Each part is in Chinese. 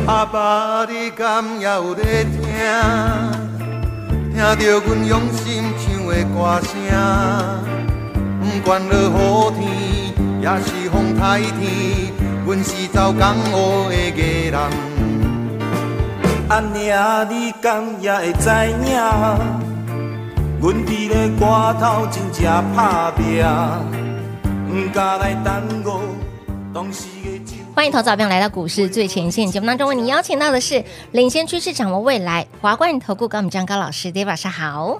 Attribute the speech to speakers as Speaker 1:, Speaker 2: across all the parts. Speaker 1: 阿爸，你敢也有在听？听着阮用心唱的歌声，不管落雨天，也是风台天，阮是走江湖的艺人。
Speaker 2: 安尼啊，你敢也会知影？阮伫咧歌头真正打拼，毋敢来耽误当时的情。
Speaker 3: 欢迎投资者朋友来到股市最前线节目当中，为你邀请到的是领先趋势、掌握未来华冠投顾高敏章高老师，大家晚上好。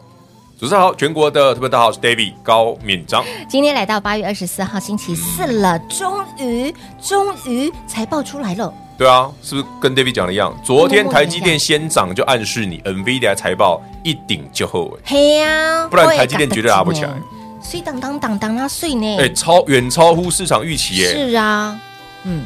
Speaker 4: 主持人好，全国的特别大家好，我是 David 高敏章。
Speaker 3: 今天来到八月二十四号星期四了，终于终于财报出来了，
Speaker 4: 对啊，是不是跟 David 讲的一样？昨天
Speaker 3: 默默地
Speaker 4: 台积电先涨，就暗示你 NVIDIA 财报一顶就后哎、
Speaker 3: 嘿呀、
Speaker 4: 不然台积电绝对拉不起来，
Speaker 3: 碎当当当当啊碎呢，
Speaker 4: 哎、超远超乎市场预期耶、
Speaker 3: 是啊，嗯，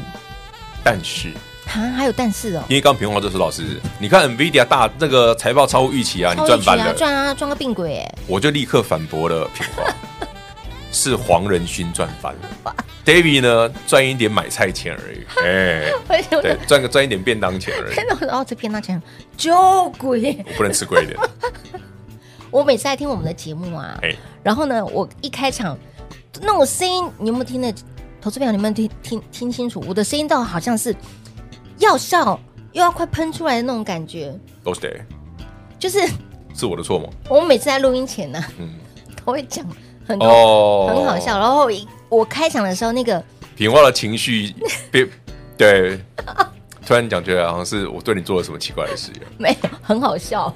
Speaker 4: 但是
Speaker 3: 哈，还有但是哦，
Speaker 4: 因为刚平话这是老师，你看 NVIDIA 大那个财报超乎预期啊，你赚翻
Speaker 3: 超有趣
Speaker 4: 了，
Speaker 3: 啊，赚啊，赚个病鬼哎，
Speaker 4: 我就立刻反驳了平 话，是黄仁勋赚翻了。David 呢，赚一点买菜钱而已，哎、
Speaker 3: 我想
Speaker 4: 对，赚个赚一点便当钱而已，
Speaker 3: 真的，我 说哦，这骗大钱，就鬼耶！
Speaker 4: 我不能吃亏一 点，
Speaker 3: 我每次在听我们的节目啊，
Speaker 4: 哎、
Speaker 3: 然后呢，我一开场那种声音，你有没有听得？投资朋友，你有没有听听听清楚？我的声音倒好像是要笑又要快喷出来的那种感觉，
Speaker 4: 都是得。
Speaker 3: 就是
Speaker 4: 是我的错吗？
Speaker 3: 我们每次在录音前呢、
Speaker 4: 嗯，
Speaker 3: 都会讲很多、
Speaker 4: 哦
Speaker 3: 很好笑，。然后一我开场的时候，那个
Speaker 4: 平花的情绪 被对，突然讲觉得好像是我对你做了什么奇怪的事一样。
Speaker 3: 没有很好笑，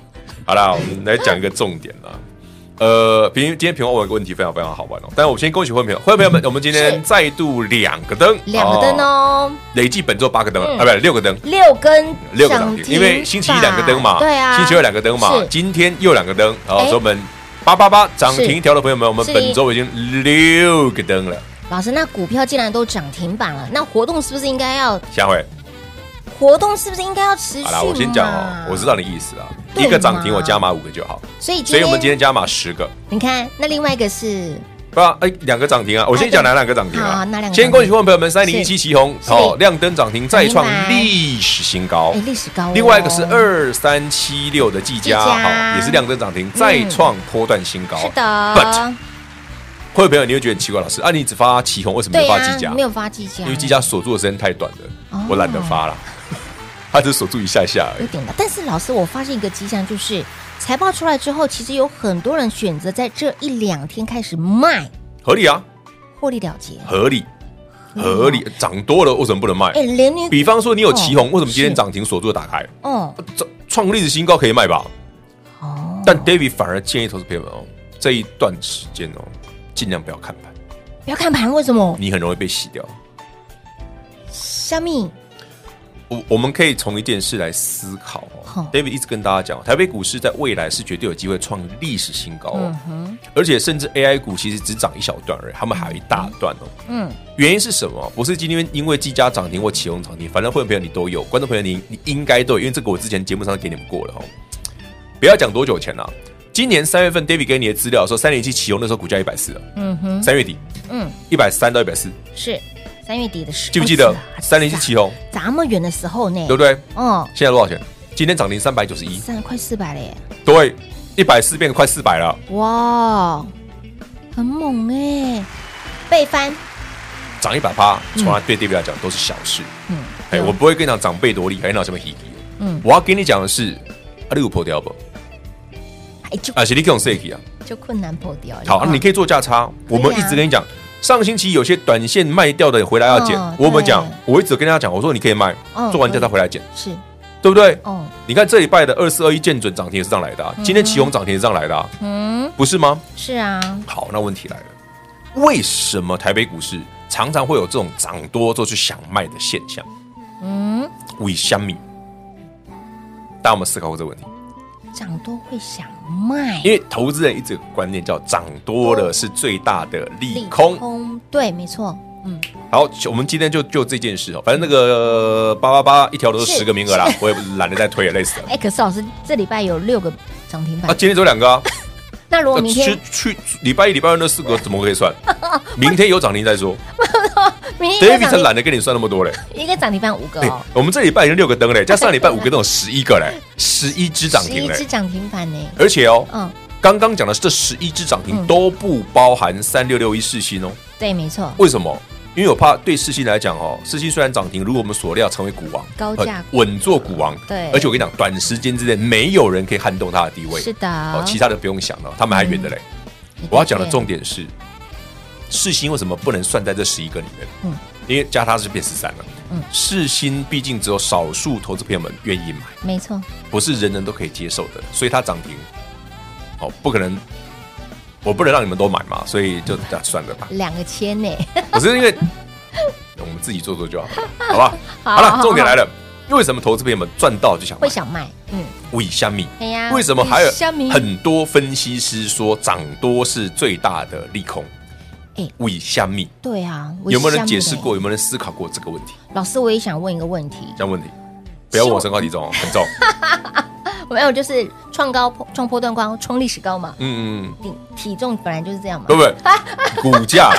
Speaker 4: 好啦，我们来讲一个重点啦。呃，平今天平花问有个问题非常非常好玩哦。但是我先恭喜会员朋友，会员朋友们，我们今
Speaker 3: 是
Speaker 4: 天再度两个灯，
Speaker 3: 嗯两个灯，哦，
Speaker 4: 累计本周八个灯
Speaker 3: 嗯
Speaker 4: 啊，不是六个灯。
Speaker 3: 六根
Speaker 4: 六个涨
Speaker 3: 涨
Speaker 4: 停，
Speaker 3: 停
Speaker 4: 因为星期一两个灯嘛，
Speaker 3: 对啊，
Speaker 4: 星期二两个灯嘛
Speaker 3: 是，
Speaker 4: 今天又两个灯，哦，
Speaker 3: 哎
Speaker 4: 所以我们八八八涨
Speaker 3: 是
Speaker 4: 停条的朋友们，我们
Speaker 3: 是
Speaker 4: 本周已经六个灯了，
Speaker 3: 老师，那股票既然都涨停板了，那活动是不是应该要
Speaker 4: 下回
Speaker 3: 活动是不是应该要持续嘛？
Speaker 4: 好啦，我先讲哦，我知道你意思啊，
Speaker 3: 对
Speaker 4: 一个涨停
Speaker 3: 嘛
Speaker 4: 我加码五个就好，
Speaker 3: 所以今
Speaker 4: 所
Speaker 3: 天
Speaker 4: 以我们今天加码十个，
Speaker 3: 你看，那另外一个是
Speaker 4: 不然哎两个涨停啊，我先讲哪两个涨停
Speaker 3: 好
Speaker 4: 啊？
Speaker 3: 哪两个
Speaker 4: 先恭喜观众朋友们，三零一
Speaker 3: 是
Speaker 4: 七旗红
Speaker 3: 是
Speaker 4: 哦亮灯涨停再创
Speaker 3: 明白
Speaker 4: 历史新高
Speaker 3: 哎，历史高哦、
Speaker 4: 另外一个是二三七六的技嘉
Speaker 3: 技嘉
Speaker 4: 好也是亮灯涨停再创波段新高，
Speaker 3: 是
Speaker 4: 哦 But-
Speaker 3: 的，
Speaker 4: 会有朋友你会觉得很奇怪，老师啊你只发旗红为什么
Speaker 3: 对
Speaker 4: 没
Speaker 3: 呀、
Speaker 4: 发技嘉
Speaker 3: 啊没？有发技嘉，
Speaker 4: 因为技嘉锁住的时间太短
Speaker 3: 哦
Speaker 4: 了，我懒得发了， 它只锁住一下下而
Speaker 3: 有
Speaker 4: 已。
Speaker 3: 点的。但是老师，我发现一个迹象，就是财报出来之后，其实有很多人选择在这一两天开始卖，
Speaker 4: 合理啊，
Speaker 3: 获利了结。
Speaker 4: 合理，合理，涨多了为什么不能卖
Speaker 3: 哦哎、？连女
Speaker 4: 比方说你有旗红，
Speaker 3: 哦
Speaker 4: 为什么今天涨停锁住打开？
Speaker 3: 哦
Speaker 4: 这创历史新高可以卖吧？
Speaker 3: 哦，
Speaker 4: 但 David 反而建议投资朋友们哦，这一段时间哦，尽量不要看盘，
Speaker 3: 不要看盘，为什么？
Speaker 4: 你很容易被洗掉。
Speaker 3: 虾米
Speaker 4: 我我们可以从一件事来思考
Speaker 3: 好
Speaker 4: 哦。David 一直跟大家讲，台北股市在未来是绝对有机会创历史新高
Speaker 3: 嗯
Speaker 4: 哦，而且甚至 AI 股其实只涨一小段而已，他们还有一大段哦。
Speaker 3: 嗯，
Speaker 4: 原因是什么？不是今天因为技嘉涨停或启宏涨停，反正会员朋友你都有，观众朋友你你应该都有，因为这个我之前节目上给你们过了哦。不要讲多久前了、啊今年三月份 David 给你的资料说，三零七启宏那时候股价一百四，
Speaker 3: 嗯哼，
Speaker 4: 三月底，
Speaker 3: 嗯
Speaker 4: 一百三到一百四，
Speaker 3: 是三月底的时候，
Speaker 4: 记不记得
Speaker 3: 哦
Speaker 4: 三零七起，红，
Speaker 3: 咋这么远的时候呢？
Speaker 4: 对不对？
Speaker 3: 哦，
Speaker 4: 现在多少钱？今天涨停三百九十一，
Speaker 3: 三快四百了耶，
Speaker 4: 对，一百四变快四百了，
Speaker 3: 哇，很猛哎，被翻，
Speaker 4: 涨一百趴，从来对对表来讲都是小事。
Speaker 3: 嗯，
Speaker 4: 哎，
Speaker 3: 有
Speaker 4: 我不会跟你讲长辈多厉害，那什么 h i
Speaker 3: 嗯
Speaker 4: 我要跟你讲的是，啊，你有破掉不？
Speaker 3: 哎就
Speaker 4: 啊，是你讲 s a k 啊。
Speaker 3: 就困难破掉了，
Speaker 4: 好，啊
Speaker 3: 哦
Speaker 4: 你可以做价差。
Speaker 3: 啊
Speaker 4: 我们一直跟你讲，上星期有些短线卖掉的回来要减
Speaker 3: 哦，
Speaker 4: 我有没有讲
Speaker 3: 对？
Speaker 4: 我一直跟大家讲，我说你可以卖
Speaker 3: 嗯，
Speaker 4: 做完价差回来减，
Speaker 3: 是
Speaker 4: 对不对？
Speaker 3: 哦，
Speaker 4: 你看这礼拜的二四二一见准涨停也是这样来的啊，今天旗宏涨停也是这样来的啊，
Speaker 3: 嗯，
Speaker 4: 不是吗？
Speaker 3: 是啊，
Speaker 4: 好，那问题来了，为什么台北股市常常会有这种涨多之后去想卖的现象？
Speaker 3: 嗯，
Speaker 4: 为什么？大家有没有思考过这个问题？
Speaker 3: 涨多会想卖，
Speaker 4: 因为投资人一直有个观念叫涨多了是最大的利空。
Speaker 3: 对，没错，嗯，
Speaker 4: 好，我们今天就就这件事哦，反正那个八八八一条都是
Speaker 3: 是
Speaker 4: 十个名额啦，我也懒得再推了，累 死了。
Speaker 3: 哎，可是老师这礼拜有六个涨停
Speaker 4: 啊，
Speaker 3: 板，
Speaker 4: 今天只有两个啊，
Speaker 3: 那如果明
Speaker 4: 去
Speaker 3: 天
Speaker 4: 去礼拜一、礼拜二那四个怎么可以 算？明天有涨停再说。
Speaker 3: 明天一个
Speaker 4: 呃 David
Speaker 3: 涨
Speaker 4: 才
Speaker 3: 停
Speaker 4: 懒得跟你算那么多嘞。
Speaker 3: 一个涨停板五个
Speaker 4: 哎
Speaker 3: 哦，
Speaker 4: 我们这礼拜已经六个灯嘞，加上礼拜五个灯有十一个嘞，十一只涨
Speaker 3: 十
Speaker 4: 停
Speaker 3: 一
Speaker 4: 嘞
Speaker 3: 只。涨停板呢，
Speaker 4: 而且哦，
Speaker 3: 嗯，
Speaker 4: 刚刚讲的是这十一只涨停都不包含三六六一世新哦。
Speaker 3: 对，没错，
Speaker 4: 为什么？因为我怕对世新来讲哦，世新虽然涨停，如果我们所料成为股王，
Speaker 3: 高价股
Speaker 4: 呃稳坐股王，
Speaker 3: 对
Speaker 4: 而且我跟你讲，短时间之内没有人可以撼动它的地位，
Speaker 3: 是的
Speaker 4: 哦，其他的不用想了，他们还远的嘞。我要嗯讲的重点是，世新为什么不能算在这十一个里面？
Speaker 3: 嗯
Speaker 4: 因为加它是变十三了。
Speaker 3: 嗯
Speaker 4: 世新毕竟只有少数投资朋友们愿意买，
Speaker 3: 没错，
Speaker 4: 不是人人都可以接受的，所以它涨停，哦，不可能，我不能让你们都买嘛，所以就啊算了吧。
Speaker 3: 两个千呢，
Speaker 4: 可是因为我们自己做做就好了， 好吧？
Speaker 3: 好
Speaker 4: 好了，
Speaker 3: 好
Speaker 4: 重点来了，为什么投资朋友们赚到就想买
Speaker 3: 会？想卖，嗯，
Speaker 4: 为虾米？
Speaker 3: 哎呀
Speaker 4: 为什么还有
Speaker 3: 为什么
Speaker 4: 很多分析师说涨多是最大的利空？
Speaker 3: 哎
Speaker 4: 为虾米？
Speaker 3: 对啊，我
Speaker 4: 有没有
Speaker 3: 想
Speaker 4: 人
Speaker 3: 不
Speaker 4: 解释
Speaker 3: 得
Speaker 4: 过？？有没有人思考过这个问题？
Speaker 3: 老师，我也想问一个问题，
Speaker 4: 这样问题，不要问我身高体重哦，很重。
Speaker 3: 没有，就是创高破创波段高，创历史高嘛，
Speaker 4: 嗯嗯，嗯
Speaker 3: 你体重本来就是这样嘛
Speaker 4: 对。不对？ 股价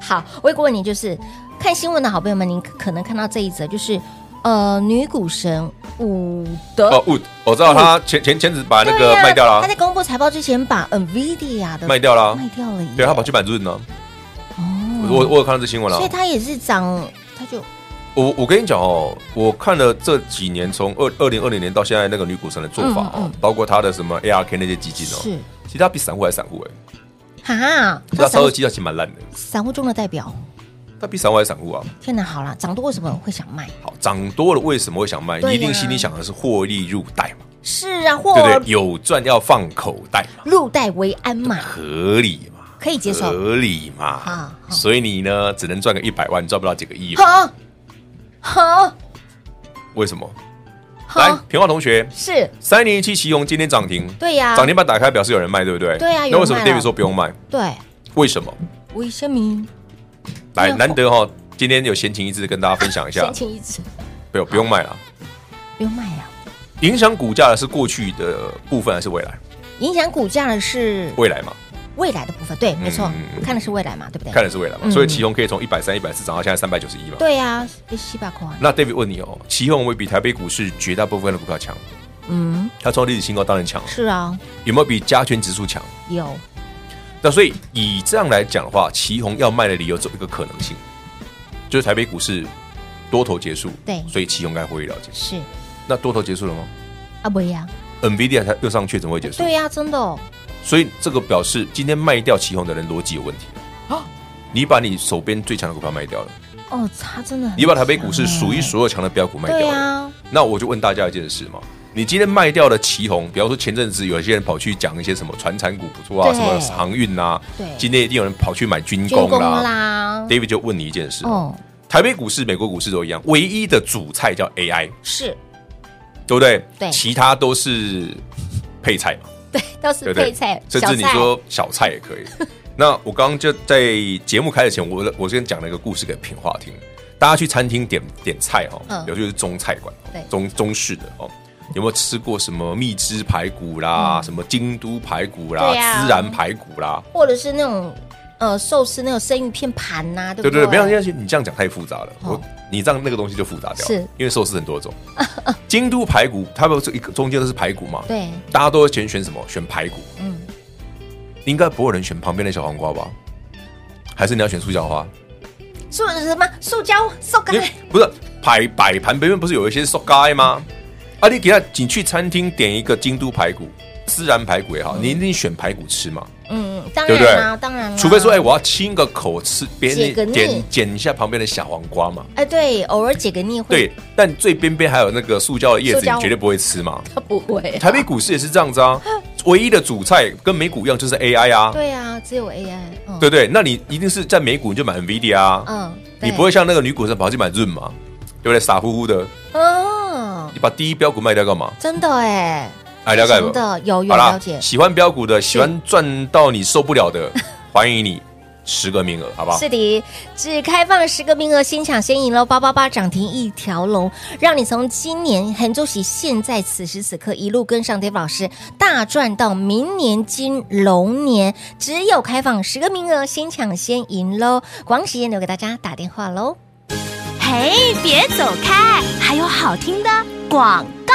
Speaker 3: 好，我有个问题就是，看新闻的好朋友们，您可可能看到这一则，就是呃，女股神伍德。
Speaker 4: 哦，Wood，我知道他前前前子把那个
Speaker 3: 对啊
Speaker 4: 卖掉了
Speaker 3: 他
Speaker 4: 啊，
Speaker 3: 在公布财报之前把 Nvidia 的
Speaker 4: 卖掉了啊，
Speaker 3: 卖掉了耶，
Speaker 4: 对他跑去买润呢。
Speaker 3: 哦
Speaker 4: 我我有看到这新闻了啊
Speaker 3: 所以，它也是涨，它就
Speaker 4: 我我跟你讲哦，我看了这几年从二二零二零年到现在那个女股神的做法哦，
Speaker 3: 嗯嗯嗯
Speaker 4: 包括她的什么 ARK 那些基金哦，
Speaker 3: 是
Speaker 4: 其实她比散户还散户哎、
Speaker 3: 哈，
Speaker 4: 欸，她
Speaker 3: 哦散
Speaker 4: 操
Speaker 3: 户
Speaker 4: 作绩效其实蛮烂的，
Speaker 3: 散户中的代表。
Speaker 4: 她比散户还散户啊。
Speaker 3: 天哪，好了，涨多为什么会想卖？
Speaker 4: 好，涨多了为什么会想卖？
Speaker 3: 对
Speaker 4: 你
Speaker 3: 呀
Speaker 4: 一定心里想的是获利入袋嘛，
Speaker 3: 是啊，或
Speaker 4: 对不对？有赚要放口袋嘛，
Speaker 3: 入袋为安嘛，
Speaker 4: 合理嘛，
Speaker 3: 可以接受。
Speaker 4: 合理嘛
Speaker 3: 好。好
Speaker 4: 所以你呢，只能赚个一百万，赚不到几个亿嘛。
Speaker 3: 好，好，
Speaker 4: 为什么？来
Speaker 3: 好，，
Speaker 4: 平话同学，
Speaker 3: 是
Speaker 4: 三零一七旗宏今天涨停，
Speaker 3: 对呀、
Speaker 4: 涨停板打开表示有人卖，对不对？
Speaker 3: 对啊呀有人
Speaker 4: 那为什么
Speaker 3: 卖了
Speaker 4: David 说不用卖？
Speaker 3: 对，
Speaker 4: 为什么？
Speaker 3: 我一声明，
Speaker 4: 来，
Speaker 3: 因为
Speaker 4: 难得哈，今天有闲情逸致跟大家分享一下
Speaker 3: 先，请一次，
Speaker 4: 不用不用卖了。
Speaker 3: 不用卖啊呀、
Speaker 4: 影响股价的是过去的部分还是未来？
Speaker 3: 影响股价的是
Speaker 4: 未来嘛，
Speaker 3: 未来的部分，对，没错，
Speaker 4: 嗯
Speaker 3: 看的是未来嘛，对不对？
Speaker 4: 看的是未来嘛，
Speaker 3: 嗯
Speaker 4: 所以旗宏可以从一百三、一百四涨到现在三百九十一嘛。
Speaker 3: 对呀、一七八块，
Speaker 4: 那 David 问你哦，旗宏会比台北股市绝大部分的股票强？
Speaker 3: 嗯，
Speaker 4: 它创历史新高当然强，
Speaker 3: 是啊，
Speaker 4: 有没有比加权指数强？
Speaker 3: 有，
Speaker 4: 那所以以这样来讲的话，旗宏要卖的理由只有一个可能性，就是台北股市多头结束，
Speaker 3: 对
Speaker 4: 所以旗宏该获利了结。
Speaker 3: 是
Speaker 4: 那多头结束了吗
Speaker 3: 啊，不一样，
Speaker 4: ？NVIDIA 它又上去，怎么会结束？
Speaker 3: 对呀、真的、哦，
Speaker 4: 所以这个表示今天卖掉旗宏的人逻辑有问题
Speaker 3: 啊
Speaker 4: 你把你手边最强的股票卖掉了，
Speaker 3: 哦，它真的很强欸，
Speaker 4: 你把台北股市数一数二强的标股卖
Speaker 3: 对
Speaker 4: 掉了，
Speaker 3: 啊，
Speaker 4: 那我就问大家一件事嘛。你今天卖掉了旗宏，比方说前阵子有一些人跑去讲一些什么传产股不错啊，
Speaker 3: 对
Speaker 4: 什么航运啊，
Speaker 3: 对
Speaker 4: 今天一定有人跑去买军
Speaker 3: 军
Speaker 4: 工
Speaker 3: 工
Speaker 4: 啦。
Speaker 3: 啦，
Speaker 4: David 就问你一件事，
Speaker 3: 哦，
Speaker 4: 台北股市、美国股市都一样，唯一的主菜叫 AI，
Speaker 3: 是
Speaker 4: 对不对？
Speaker 3: 对
Speaker 4: 其他都是配菜嘛。
Speaker 3: 对，都是
Speaker 4: 对不
Speaker 3: 配
Speaker 4: 对
Speaker 3: 菜，
Speaker 4: 甚
Speaker 3: 小
Speaker 4: 至你
Speaker 3: 菜
Speaker 4: 说小菜也 可以。那我刚刚就在节目开始前，我我先讲了一个故事给平话听。大家去餐厅点点菜哈、
Speaker 3: 嗯
Speaker 4: 哦，尤其是中菜馆哦
Speaker 3: 对，
Speaker 4: 中中式的哦，有没有吃过什么蜜汁排骨啦，什么京都排骨啦，
Speaker 3: 嗯对啊
Speaker 4: 孜然排骨啦？
Speaker 3: 或者是那种呃寿司那种生鱼片盘呐、对
Speaker 4: 对
Speaker 3: 不
Speaker 4: 对对，
Speaker 3: 对？
Speaker 4: 没有，因为你这样讲太复杂了，
Speaker 3: 哦
Speaker 4: 我你这样那个东西就复杂掉了，
Speaker 3: 是
Speaker 4: 因为寿司很多种， 京都排骨，它不是一个中间都是排骨嘛，
Speaker 3: 对，
Speaker 4: 大家都会选选什么？选排骨，
Speaker 3: 嗯，
Speaker 4: 应该不会有人选旁边的小黄瓜吧？还是你要选塑胶花？
Speaker 3: 塑什么塑胶塑胶
Speaker 4: 因为不是排摆盘边边不是有一些 s o g 吗？啊，你给他，你去餐厅点一个京都排骨、孜然排骨也好，你一定选排骨吃嘛，
Speaker 3: 嗯，当
Speaker 4: 对不对
Speaker 3: 然啦、嗯当然啦、
Speaker 4: 除非说，哎、我要清个口吃，别
Speaker 3: 解个
Speaker 4: 人
Speaker 3: 腻
Speaker 4: 点捡一下旁边的小黄瓜嘛。
Speaker 3: 哎，对，偶尔解个腻会，
Speaker 4: 对，但最边边还有那个塑胶的叶子，
Speaker 3: 塑胶
Speaker 4: 你绝对不会吃嘛。
Speaker 3: 他不会，啊
Speaker 4: 台北股市也是这样子啊，唯一的主菜跟美股一样就是 AI 啊，
Speaker 3: 对啊，只有 AI，嗯，
Speaker 4: 对不对？那你一定是在美股你就买 NVIDIA 啊，
Speaker 3: 嗯，对
Speaker 4: 你不会，像那个女股神跑去买润嘛，对不对？傻乎乎的，
Speaker 3: 哦，
Speaker 4: 你把第一标股卖掉干嘛？
Speaker 3: 真的哎，
Speaker 4: 哎，了解
Speaker 3: 真
Speaker 4: 不？
Speaker 3: 的有有
Speaker 4: 好
Speaker 3: 了
Speaker 4: 啦
Speaker 3: 解，，
Speaker 4: 喜欢标股的，喜欢赚到你受不了的，欢迎你十个名额，好不好
Speaker 3: 是？的，只开放十个名额，先抢先赢喽！八八八涨停一条龙，让你从今年很周喜现在此时此刻一路跟上 Dave 老师，大赚到明年金龙年。只有开放十个名额，先抢先赢喽！广时间留给大家打电话喽。
Speaker 5: 嘿，别走开，还有好听的广告。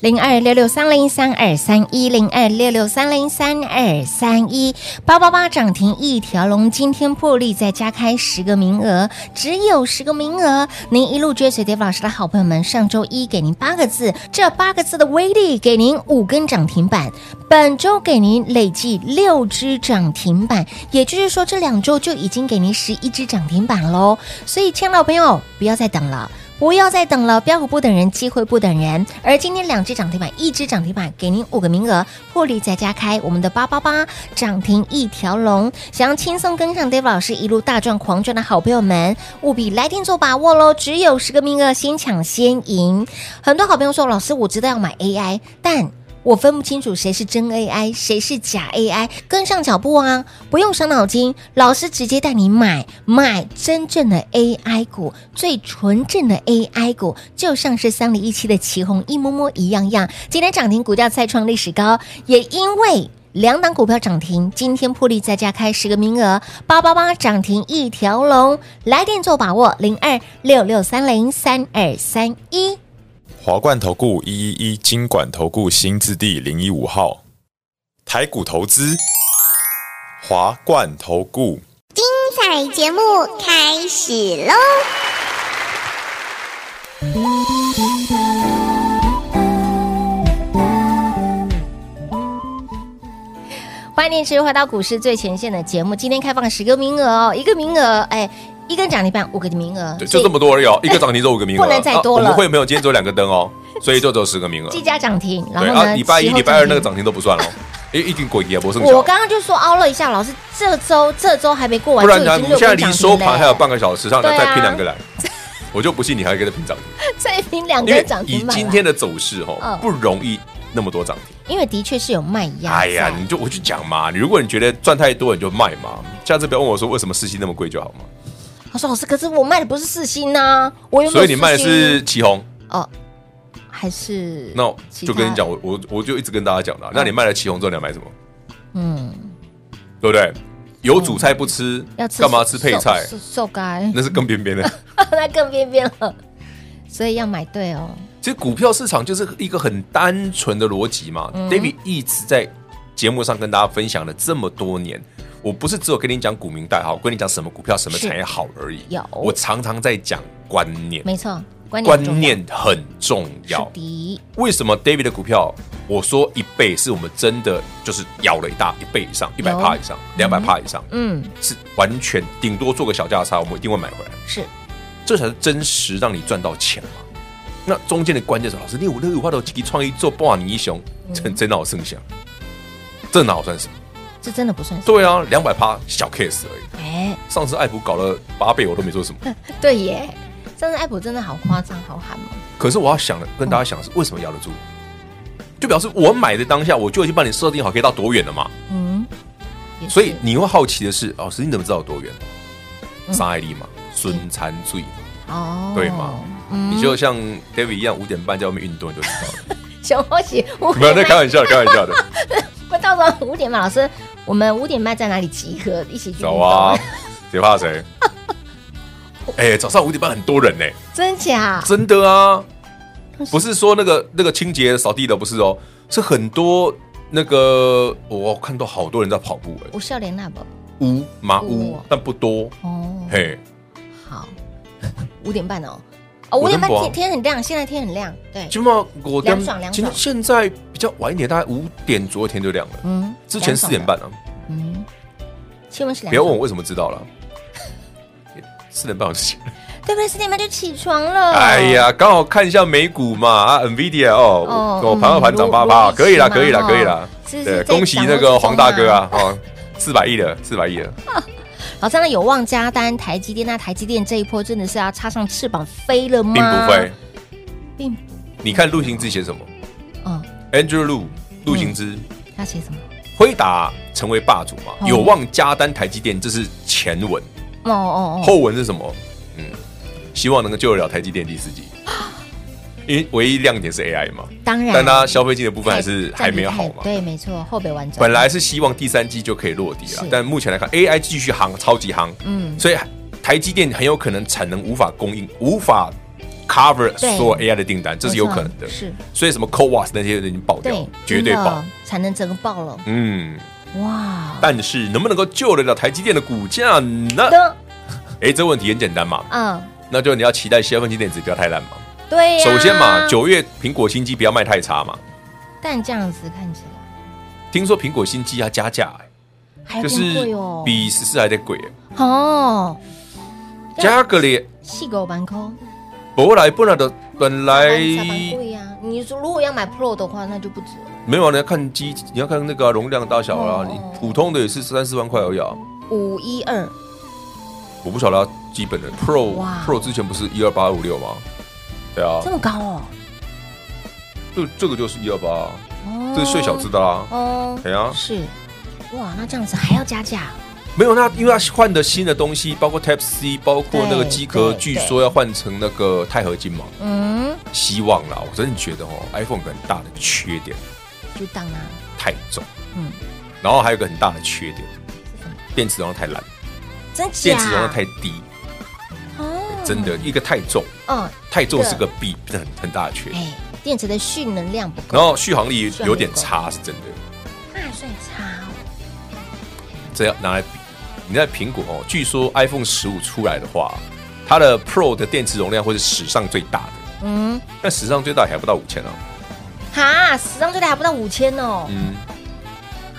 Speaker 3: 零二六六三零三二三一零二六六三零三二三一八八八涨停一条龙，今天破例再加开十个名额，只有十个名额。您一路追随 Dave 老师的好朋友们，上周一给您八个字，这八个字的威力给您五根涨停板，本周给您累计六只涨停板，也就是说这两周就已经给您十一只涨停板喽。所以，亲爱的朋友，不要再等了。不要再等了，标股不等人，机会不等人。而今天两只涨停板，一只涨停板给您五个名额，获利再加开我们的八八八涨停一条龙。想要轻松跟上 Dave 老师一路大赚狂赚的好朋友们，务必来电做把握喽！只有十个名额，先抢先赢。很多好朋友说，老师我知道要买 AI，但我分不清楚谁是真 AI，谁是假 AI，跟上脚步啊！不用伤脑筋，老师直接带你买买真正的 AI 股，最纯正的 AI 股，就像是三零一七的旗红一摸摸一样样。今天涨停股价再创历史高，也因为。两档股票涨停，今天破例再加开十个名额，八八八涨停一条龙，来电做把握零二六六三零三二三一。
Speaker 6: 华冠投顾一一一金管投顾新字第零一五号，台股投资，华冠投顾。
Speaker 7: 彩节目开始喽！
Speaker 3: 欢迎您持续回到股市最前线的节目。今天开放十个名额哦，一个名额，哎，一根涨停板，五个名额，
Speaker 4: 对，
Speaker 3: 所
Speaker 4: 就
Speaker 3: 以
Speaker 4: 这么多而已哦，一个涨停只有五个名额，
Speaker 3: 哎不能再多
Speaker 4: 啊
Speaker 3: 了
Speaker 4: 我们会没有今天只有两个灯 哦，所以就只有十个名额。
Speaker 3: 计价涨停，然
Speaker 4: 对
Speaker 3: 后
Speaker 4: 啊，
Speaker 3: 呢，
Speaker 4: 礼拜一、
Speaker 3: 其后
Speaker 4: 礼拜二那个
Speaker 3: 停。
Speaker 4: 涨停都不 算哦，一一定鬼也不剩
Speaker 3: 我
Speaker 4: 小。
Speaker 3: 刚刚就说凹了一下，老师，这周这周还没过完，
Speaker 4: 不然
Speaker 3: 就已
Speaker 4: 呢，
Speaker 3: 经六
Speaker 4: 我们现在
Speaker 3: 根
Speaker 4: 离
Speaker 3: 涨
Speaker 4: 收
Speaker 3: 停
Speaker 4: 盘还有
Speaker 3: 了，
Speaker 4: 半个小时，上来
Speaker 3: 对啊
Speaker 4: 再拼两个来，我就不信你还给他拼涨停，
Speaker 3: 再平两
Speaker 4: 因
Speaker 3: 根
Speaker 4: 为
Speaker 3: 涨停
Speaker 4: 以
Speaker 3: 板了。啊
Speaker 4: 今天的走势哦
Speaker 3: 嗯，
Speaker 4: 不容易那么多涨停。
Speaker 3: 因为的确是有卖压在，
Speaker 4: 哎呀，你就我就讲嘛，你如果你觉得赚太多，你就卖嘛。下次不要问我说为什么四星那么贵就好嘛。
Speaker 3: 他说老师，可是我卖的不是四星呐，我有没有
Speaker 4: 所以你卖的
Speaker 3: 四星
Speaker 4: 是旗红，
Speaker 3: 哦，还是
Speaker 4: 那我
Speaker 3: 其
Speaker 4: 就跟
Speaker 3: 他
Speaker 4: 你讲，我我我就一直跟大家讲的啊，那你卖了旗红之后，你要买什么？
Speaker 3: 嗯，
Speaker 4: 对不对？有主菜不吃
Speaker 3: 要，吃
Speaker 4: 干嘛吃配菜？
Speaker 3: 受受该，
Speaker 4: 那是更边边的。
Speaker 3: 那更边边了，所以要买对哦。
Speaker 4: 其实股票市场就是一个很单纯的逻辑嘛。David
Speaker 3: 嗯
Speaker 4: 一直在节目上跟大家分享了这么多年，我不是只有跟你讲股民代号，跟你讲什么股票什么
Speaker 3: 是
Speaker 4: 产业好而已。
Speaker 3: 有
Speaker 4: 我常常在讲观念，
Speaker 3: 没错，观念很重
Speaker 4: 观念很重
Speaker 3: 要
Speaker 4: 要
Speaker 3: 是。的，
Speaker 4: 为什么 David 的股票，我说一倍是我们真的就是咬了一大一倍以上，一百帕以上，两百帕以上，
Speaker 3: 嗯，
Speaker 4: 是完全顶多做个小价差，我们一定会买回来。
Speaker 3: 是
Speaker 4: 这才是真实让你赚到钱嘛。那中间的关键是，老师，你五六五花头几创意做半年英雄，
Speaker 3: 嗯
Speaker 4: 这真哪有剩下？这哪有算什么？
Speaker 3: 这真的不算什么。
Speaker 4: 对啊，两百趴小 case 而已。
Speaker 3: 哎，
Speaker 4: 上次爱普搞了八倍，我都没做什么。
Speaker 3: 对耶，上次艾普真的好夸张，好喊哦。
Speaker 4: 可是我要想的跟大家想的是，为什么咬得住？就表示我买的当下，我就已经帮你设定好可以到多远了嘛。
Speaker 3: 嗯，也
Speaker 4: 所以
Speaker 3: 是
Speaker 4: 你会好奇的是，老师你怎么知道有多远？
Speaker 3: 嗯
Speaker 4: 三 ID 嘛，孙餐醉嘛，
Speaker 3: 哦，
Speaker 4: 对吗？
Speaker 3: 嗯
Speaker 4: 你就像 David 一样，五点半在外面运动你就知道了。
Speaker 3: 小猫姐，我
Speaker 4: 没有在开玩笑，开玩笑的。
Speaker 3: 不到时候五点嘛，老师我们五点半在哪里集合？一起去
Speaker 4: 走
Speaker 3: 运动
Speaker 4: 啊！，谁怕谁？哎、早上五点半很多人呢、
Speaker 3: 真假？
Speaker 4: 真的啊，不是说那个那个清洁扫地的不是哦，是很多那个我看到好多人在跑步哎、
Speaker 3: 我笑脸那不？
Speaker 4: 乌马
Speaker 3: 乌
Speaker 4: 乌，但不多，
Speaker 3: 哦，
Speaker 4: 嘿，
Speaker 3: 好，五点半哦，哦，五
Speaker 4: 我
Speaker 3: 点半
Speaker 4: 真不
Speaker 3: 天
Speaker 4: 啊
Speaker 3: 天很亮，现在天很亮，对，
Speaker 4: 起码我
Speaker 3: 凉爽凉爽
Speaker 4: 今天现在比较晚一点，大概五点左右天就亮了，
Speaker 3: 嗯，
Speaker 4: 之前四点半啊，
Speaker 3: 嗯，气温是
Speaker 4: 不
Speaker 3: 两
Speaker 4: 要问
Speaker 3: 度，
Speaker 4: 我为什么知道了，四点半我就起来了。
Speaker 3: 对不对？四点半就起床了。
Speaker 4: 哎，呀，刚好看一下美股嘛，啊，NVIDIA
Speaker 3: 哦
Speaker 4: 哦，我
Speaker 3: 嗯
Speaker 4: 盘后盘涨
Speaker 3: 如
Speaker 4: 八八，
Speaker 3: 如意
Speaker 4: 可以啦，
Speaker 3: 是吗
Speaker 4: 可以啦，
Speaker 3: 哦
Speaker 4: 可以啦
Speaker 3: 是。是
Speaker 4: 对，
Speaker 3: 在
Speaker 4: 恭喜
Speaker 3: 掌握
Speaker 4: 那
Speaker 3: 之中
Speaker 4: 个黄大哥
Speaker 3: 啊
Speaker 4: 啊，哦，四百亿了，四百亿了，
Speaker 3: 老张有望加单台积电，那台积电这一波真的是要插上翅膀飞了吗？
Speaker 4: 并不会，。
Speaker 3: 并
Speaker 4: 你看陆行之写什么
Speaker 3: 嗯，
Speaker 4: ？Andrew Lu，陆行之
Speaker 3: 他写什么？
Speaker 4: 辉达成为霸主嘛，
Speaker 3: 哦
Speaker 4: 有望加单台积电，这是前文，
Speaker 3: 哦哦哦，
Speaker 4: 后文是什么？嗯，希望能够救得了台积电第 四季，因为唯一亮点是 AI 嘛，
Speaker 3: 当然，
Speaker 4: 但它消费性的部分还是
Speaker 3: 太
Speaker 4: 还没有好嘛。
Speaker 3: 对，没错，后北完整。
Speaker 4: 本来是希望第三季就可以落地了
Speaker 3: 是，
Speaker 4: 但目前来看，AI 继续行，超级行，
Speaker 3: 嗯，
Speaker 4: 所以台积电很有可能产能无法供应，无法 cover
Speaker 3: 对
Speaker 4: 所有 AI 的订单，这是有
Speaker 3: 没错
Speaker 4: 可能的。
Speaker 3: 是，
Speaker 4: 所以什么 c o w a s 那些都已经爆掉
Speaker 3: 对
Speaker 4: 了，，绝对
Speaker 3: 真的
Speaker 4: 爆。
Speaker 3: 产能整个爆了，
Speaker 4: 嗯，
Speaker 3: 哇！
Speaker 4: 但是能不能够救得了台积电的股价呢？
Speaker 8: 啊
Speaker 3: 的，
Speaker 4: 哎，这问题很简单嘛，
Speaker 3: 嗯，
Speaker 4: 那就你要期待消费性电子不要太烂嘛。
Speaker 3: 对哎呀。
Speaker 4: 首先嘛，，九月苹果新机不要卖太差嘛。
Speaker 3: 但这样子看起来
Speaker 4: 听说苹果新机要加价、哎
Speaker 3: 还有
Speaker 4: 就是
Speaker 3: 点贵哦，
Speaker 4: 比十四还得贵、哎
Speaker 3: 哦，对
Speaker 4: 加个咧。
Speaker 3: 细狗板扣，
Speaker 4: 本来本来的本来
Speaker 3: 板贵呀。你说如果要买 Pro 的话，那就不止了
Speaker 4: 没有啊，你要看机，你要看那个啊、容量大小
Speaker 3: 哦
Speaker 4: 啊。
Speaker 3: 哦
Speaker 4: 你普通的也是三四万块而已啊。
Speaker 3: 五一二，
Speaker 4: 我不晓得它基本的 Pro
Speaker 3: 哇
Speaker 4: Pro 之前不是一二八五六吗？对啊
Speaker 3: 这，么高哦，
Speaker 4: 就这个就是一二八，
Speaker 3: 哦
Speaker 4: 这是最小只的啦。
Speaker 3: 哦，
Speaker 4: 对啊，
Speaker 3: 是，哇，那这样子还要加价，
Speaker 4: 没有那因为它换的新的东西，包括 Type C，包括那个机壳，
Speaker 3: 对对
Speaker 4: 据说要换成那个钛合金嘛。
Speaker 3: 嗯，
Speaker 4: 希望啦，我真的觉得哦，iPhone 有个很大的缺点
Speaker 3: 就当啊，
Speaker 4: 太重，
Speaker 3: 嗯，
Speaker 4: 然后还有一个很大的缺点，电池容量太烂，
Speaker 3: 真假？
Speaker 4: 电池容量太低，
Speaker 3: 哦
Speaker 4: 真的一个太重。
Speaker 3: 嗯，
Speaker 4: 太重
Speaker 3: 对
Speaker 4: 是个弊，不是很很大的缺点。
Speaker 3: 哎，电池的蓄能量不够，
Speaker 4: 然后续航力有点差，是真的。
Speaker 3: 那还算差哦。
Speaker 4: 这要拿来比，你在苹果哦，据说 iPhone 十五出来的话，它的 Pro 的电池容量会是史上最大的，
Speaker 3: 嗯，
Speaker 4: 但史上最大也还不到五千啊。
Speaker 3: 哈，史上最大还不到五千哦。
Speaker 4: 嗯，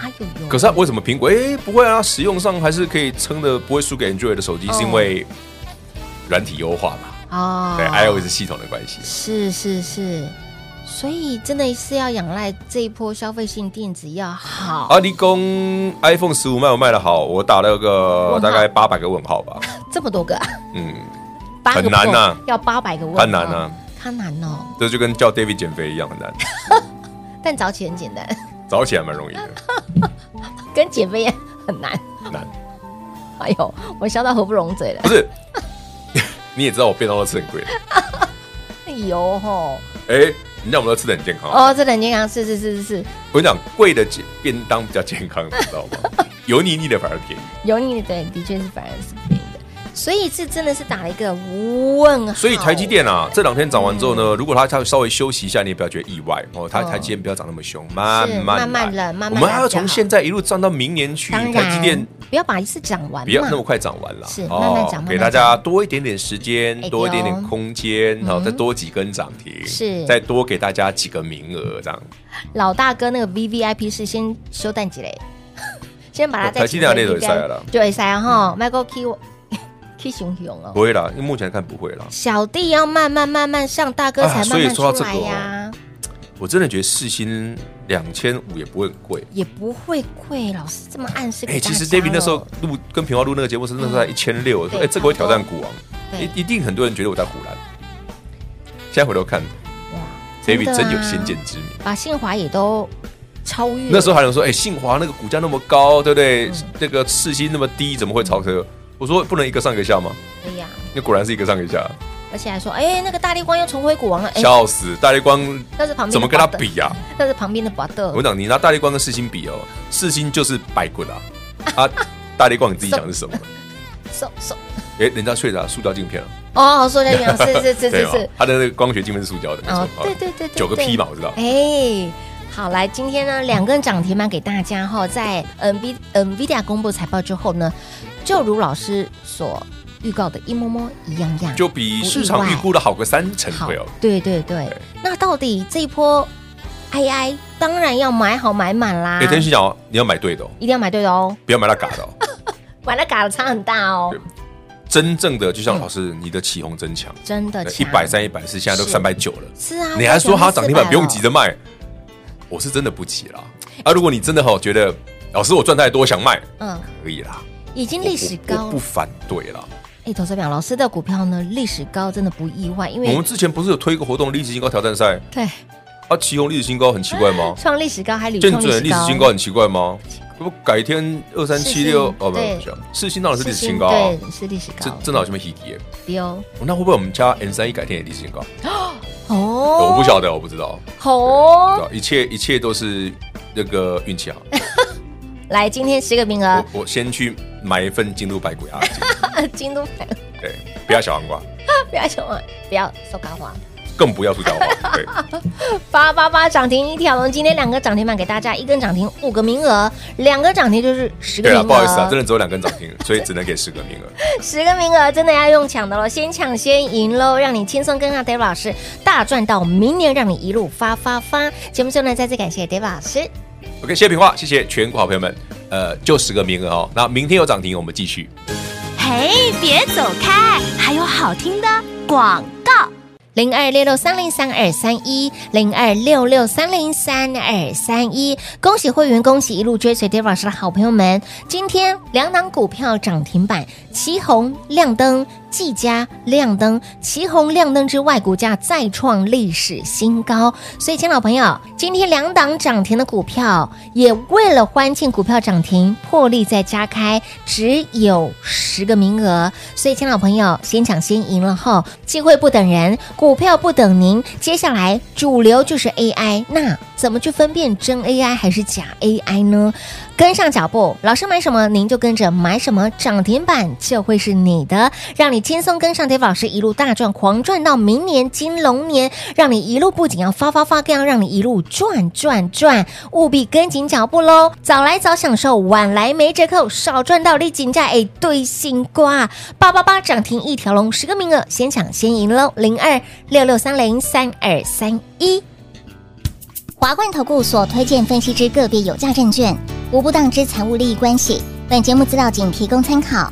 Speaker 3: 哎呦呦，
Speaker 4: 可是它为什么苹果哎不会啊？使用上还是可以撑的，不会输给 Android 的手机，
Speaker 3: 哦
Speaker 4: 是因为软体优化嘛，
Speaker 3: 哦，
Speaker 4: 对哎 iOS 系统的关系。
Speaker 3: 是是是，所以真的是要仰赖这一波消费性电子要好，
Speaker 4: 阿迪公 iPhone 十五卖不卖的好？我打了个
Speaker 3: 问号
Speaker 4: 大概八百个问号吧。
Speaker 3: 这么多个，
Speaker 4: 嗯，
Speaker 3: 八个
Speaker 4: 很难
Speaker 3: 不够
Speaker 4: 呐
Speaker 3: 要八百个问，
Speaker 4: 很难啊呐，
Speaker 3: 它难哦，
Speaker 4: 这就跟叫 David 减肥一样很难。
Speaker 3: 但早起很简单，
Speaker 4: 早起来蛮容易的，
Speaker 3: 跟减肥也很难。
Speaker 4: 难
Speaker 3: 哎呦，我笑到合不拢嘴了
Speaker 4: 不。是？ 你也知道我便当都吃很贵的，
Speaker 3: 哎呦吼，
Speaker 4: 哎、人家我们都吃的很健康。啊
Speaker 3: 哦，这很健康，是是是是是，
Speaker 4: 我跟你讲，贵的健便当比较健康，你知道吗？油腻腻的反而便宜，
Speaker 3: 油腻的对，的确是反而是便宜的，所以这真的是打了一个问号。
Speaker 4: 所以台积电啊，这两天涨完之后呢，如果它它稍微休息一下，你也不要觉得意外哦。它
Speaker 3: 嗯
Speaker 4: 台积电不要涨那么凶，慢
Speaker 3: 是
Speaker 4: 慢
Speaker 3: 慢慢来
Speaker 4: 来
Speaker 3: 慢慢
Speaker 4: 我们
Speaker 3: 来
Speaker 4: 还
Speaker 3: 比
Speaker 4: 要
Speaker 3: 较
Speaker 4: 从
Speaker 3: 好
Speaker 4: 现在一路涨到明年去。
Speaker 3: 当然
Speaker 4: 台积电
Speaker 3: 不要把一次涨完
Speaker 4: 不要
Speaker 3: 嘛
Speaker 4: 那么，快涨完了，
Speaker 3: 啊是慢慢涨慢慢
Speaker 4: 给大家多一点点时间
Speaker 3: 哎，
Speaker 4: 多一点
Speaker 3: 对
Speaker 4: 点
Speaker 3: 哦
Speaker 4: 空间，然后再多几根涨停，
Speaker 3: 是
Speaker 4: 再多给大家几个名额，这样。
Speaker 3: 老大哥那个 V V I P 是先休淡季嘞， 先把它再
Speaker 4: 哦台积电那就可以塞了，
Speaker 3: 对塞哈，Michael Key Key 熊熊
Speaker 4: 不
Speaker 3: 哦，
Speaker 4: 会啦，因为目前看不会啦。
Speaker 3: 小弟要慢慢慢慢上，大哥才
Speaker 4: 啊
Speaker 3: 慢
Speaker 4: 所以
Speaker 3: 慢出
Speaker 4: 说到
Speaker 3: 来
Speaker 4: 这个哦
Speaker 3: 呀，
Speaker 4: 我真的觉得世新两千五也不会很贵。
Speaker 3: 也不会贵。老师这么暗示
Speaker 4: 哎、
Speaker 3: 给大
Speaker 4: 其
Speaker 3: 家哦
Speaker 4: 实 David 那时候
Speaker 3: 了
Speaker 4: 录跟平花录那个节目，是那时候在一千六，我说哎、
Speaker 3: 对
Speaker 4: 这个会挑战股王，
Speaker 3: 对
Speaker 4: 一一定很多人觉得我在胡乱。现在回头看
Speaker 3: 哇
Speaker 4: ，David
Speaker 3: 真的
Speaker 4: 真
Speaker 3: 啊
Speaker 4: 有先见之明。
Speaker 3: 把信华也都超越了，
Speaker 4: 那时候还有人说，哎、信华那个股价那么高，对不对？那个世新那么低，怎么会超车？我说不能一个上一个下吗？
Speaker 3: 哎呀，
Speaker 4: 那果然是一个上一个下。
Speaker 3: 而且还说，哎，那个大力光又重回股王了，哎，
Speaker 4: 笑死！大力光
Speaker 3: 但是旁边的
Speaker 4: 怎么跟他
Speaker 3: 巴德
Speaker 4: 比呀、啊？
Speaker 3: 但是旁边的巴豆
Speaker 4: 我跟你讲你拿大力光跟世新比哦，世新就是白 滚啊！啊，大力光你自己讲是什么？
Speaker 3: 手手
Speaker 4: 哎，人家睡着塑胶镜片了，啊
Speaker 3: 哦，塑胶营 养是是是
Speaker 4: 对
Speaker 3: 是
Speaker 4: 吗
Speaker 3: 是，？
Speaker 4: 他的那个光学镜片是塑胶的，没错
Speaker 3: 哦，，对对对对，
Speaker 4: 九个
Speaker 3: 对
Speaker 4: P 嘛，我知道。
Speaker 3: 哎，好来，今天呢两根涨停板给大家哈，在 NV NVIDIA 公布财报之后呢，就如老师所预告的一模模一样样，
Speaker 4: 就比市场预估的好个三成
Speaker 3: 好
Speaker 4: 会哦。，
Speaker 3: 对对对。那到底这一波 AI 当然要买好买满啦，
Speaker 4: 哎，真心讲哦，你要买对的哦，
Speaker 3: 一定要买对的哦，
Speaker 4: 不要买到嘎的哦。
Speaker 3: 买了嘎的差很大哦
Speaker 4: 对，真正的就像老师，你的起红真强，
Speaker 3: 真的
Speaker 4: 呃一
Speaker 3: 强
Speaker 4: 百三、一百四，现在都
Speaker 3: 是
Speaker 4: 三百九了。
Speaker 3: 是啊，
Speaker 4: 你还说它
Speaker 3: 它
Speaker 4: 涨停板不用急着卖，我是真的不急啦。啊，如果你真的好觉得老师我赚太多想卖，
Speaker 3: 嗯，
Speaker 4: 可以啦，
Speaker 3: 已经
Speaker 4: 我
Speaker 3: 历史
Speaker 4: 我
Speaker 3: 高
Speaker 4: 我不反对啦。
Speaker 3: 哎，投资表老师的股票呢，历史高真的不意外，因
Speaker 4: 我
Speaker 3: 为
Speaker 4: 们之前不是有推一个活动历史新高挑战赛
Speaker 3: 对
Speaker 4: 啊？起红历史新高很奇怪吗？
Speaker 3: 创历史高还屡
Speaker 4: 见
Speaker 3: 创
Speaker 4: 准啊历史新高，很奇怪吗？不，改天二三七六哦，不
Speaker 3: 对
Speaker 4: 不，世新当然是历史新高啊，
Speaker 3: 对，是历史
Speaker 4: 这
Speaker 3: 高，
Speaker 4: 真的好像没 h i 耶。
Speaker 3: 丢
Speaker 4: 那会不会我们家 N 三一改天也历史新高？
Speaker 3: 哦，
Speaker 4: 我不晓得，我不知道，不知
Speaker 3: 哦。
Speaker 4: 道一切一切都是那个运气好。
Speaker 3: 来，今天十个名额，
Speaker 4: 我我先去买一份京都白骨鸭血，
Speaker 3: 京东牌
Speaker 4: 对，不要小黄瓜，
Speaker 3: 不要什么，不要收高花。
Speaker 4: 更不要塑胶花，对。
Speaker 3: 八八八涨停一条龙，今天两个涨停板给大家，一根涨停五个名额，两个涨停就是十个
Speaker 4: 对
Speaker 3: 名额。
Speaker 4: 了，不好意思啊，真的只有两根涨停，所以只能给十个名额。
Speaker 3: 十个名额真的要用抢的喽，先抢先赢喽，让你轻松跟上 Dave 老师大赚到明年，让你一路发发发。节目最后呢，再次感谢 Dave 老师。
Speaker 4: OK，谢谢平话，谢谢全国好朋友们，呃，就十个名额哦。那明天有涨停，我们继续。
Speaker 5: 嘿，别走开，还有好听的广告。
Speaker 3: 零二六六三零三二三一，零二六六三零三二三一。恭喜会员，恭喜一路追随 Dave 老师的好朋友们！今天两档股票涨停板，旗红亮灯，技嘉亮灯，旗红亮灯之外，股价再创历史新高。所以，亲老朋友，今天两档涨停的股票，也为了欢庆股票涨停，破例再加开，只有十个名额。所以，亲老朋友，先抢先赢了后，机会不等人，股票不等您。接下来主流就是 AI，那怎么去分辨真 AI 还是假 AI 呢？跟上脚步，老师买什么您就跟着买什么，涨停板就会是你的，让你轻松跟上 Dave 老师一路大赚，狂赚到明年金龙年，让你一路不仅要发发发，更要让你一路赚赚赚，务必跟紧脚步喽！早来早享受，晚来没折扣，少赚到立紧价，哎，对新瓜，八八八涨停一条龙，十个名额，先抢先赢喽！零二六六三零三二三一。
Speaker 7: 华冠投顾所推荐分析之个别有价证券，无不当之财务利益关系。本节目资料仅提供参考，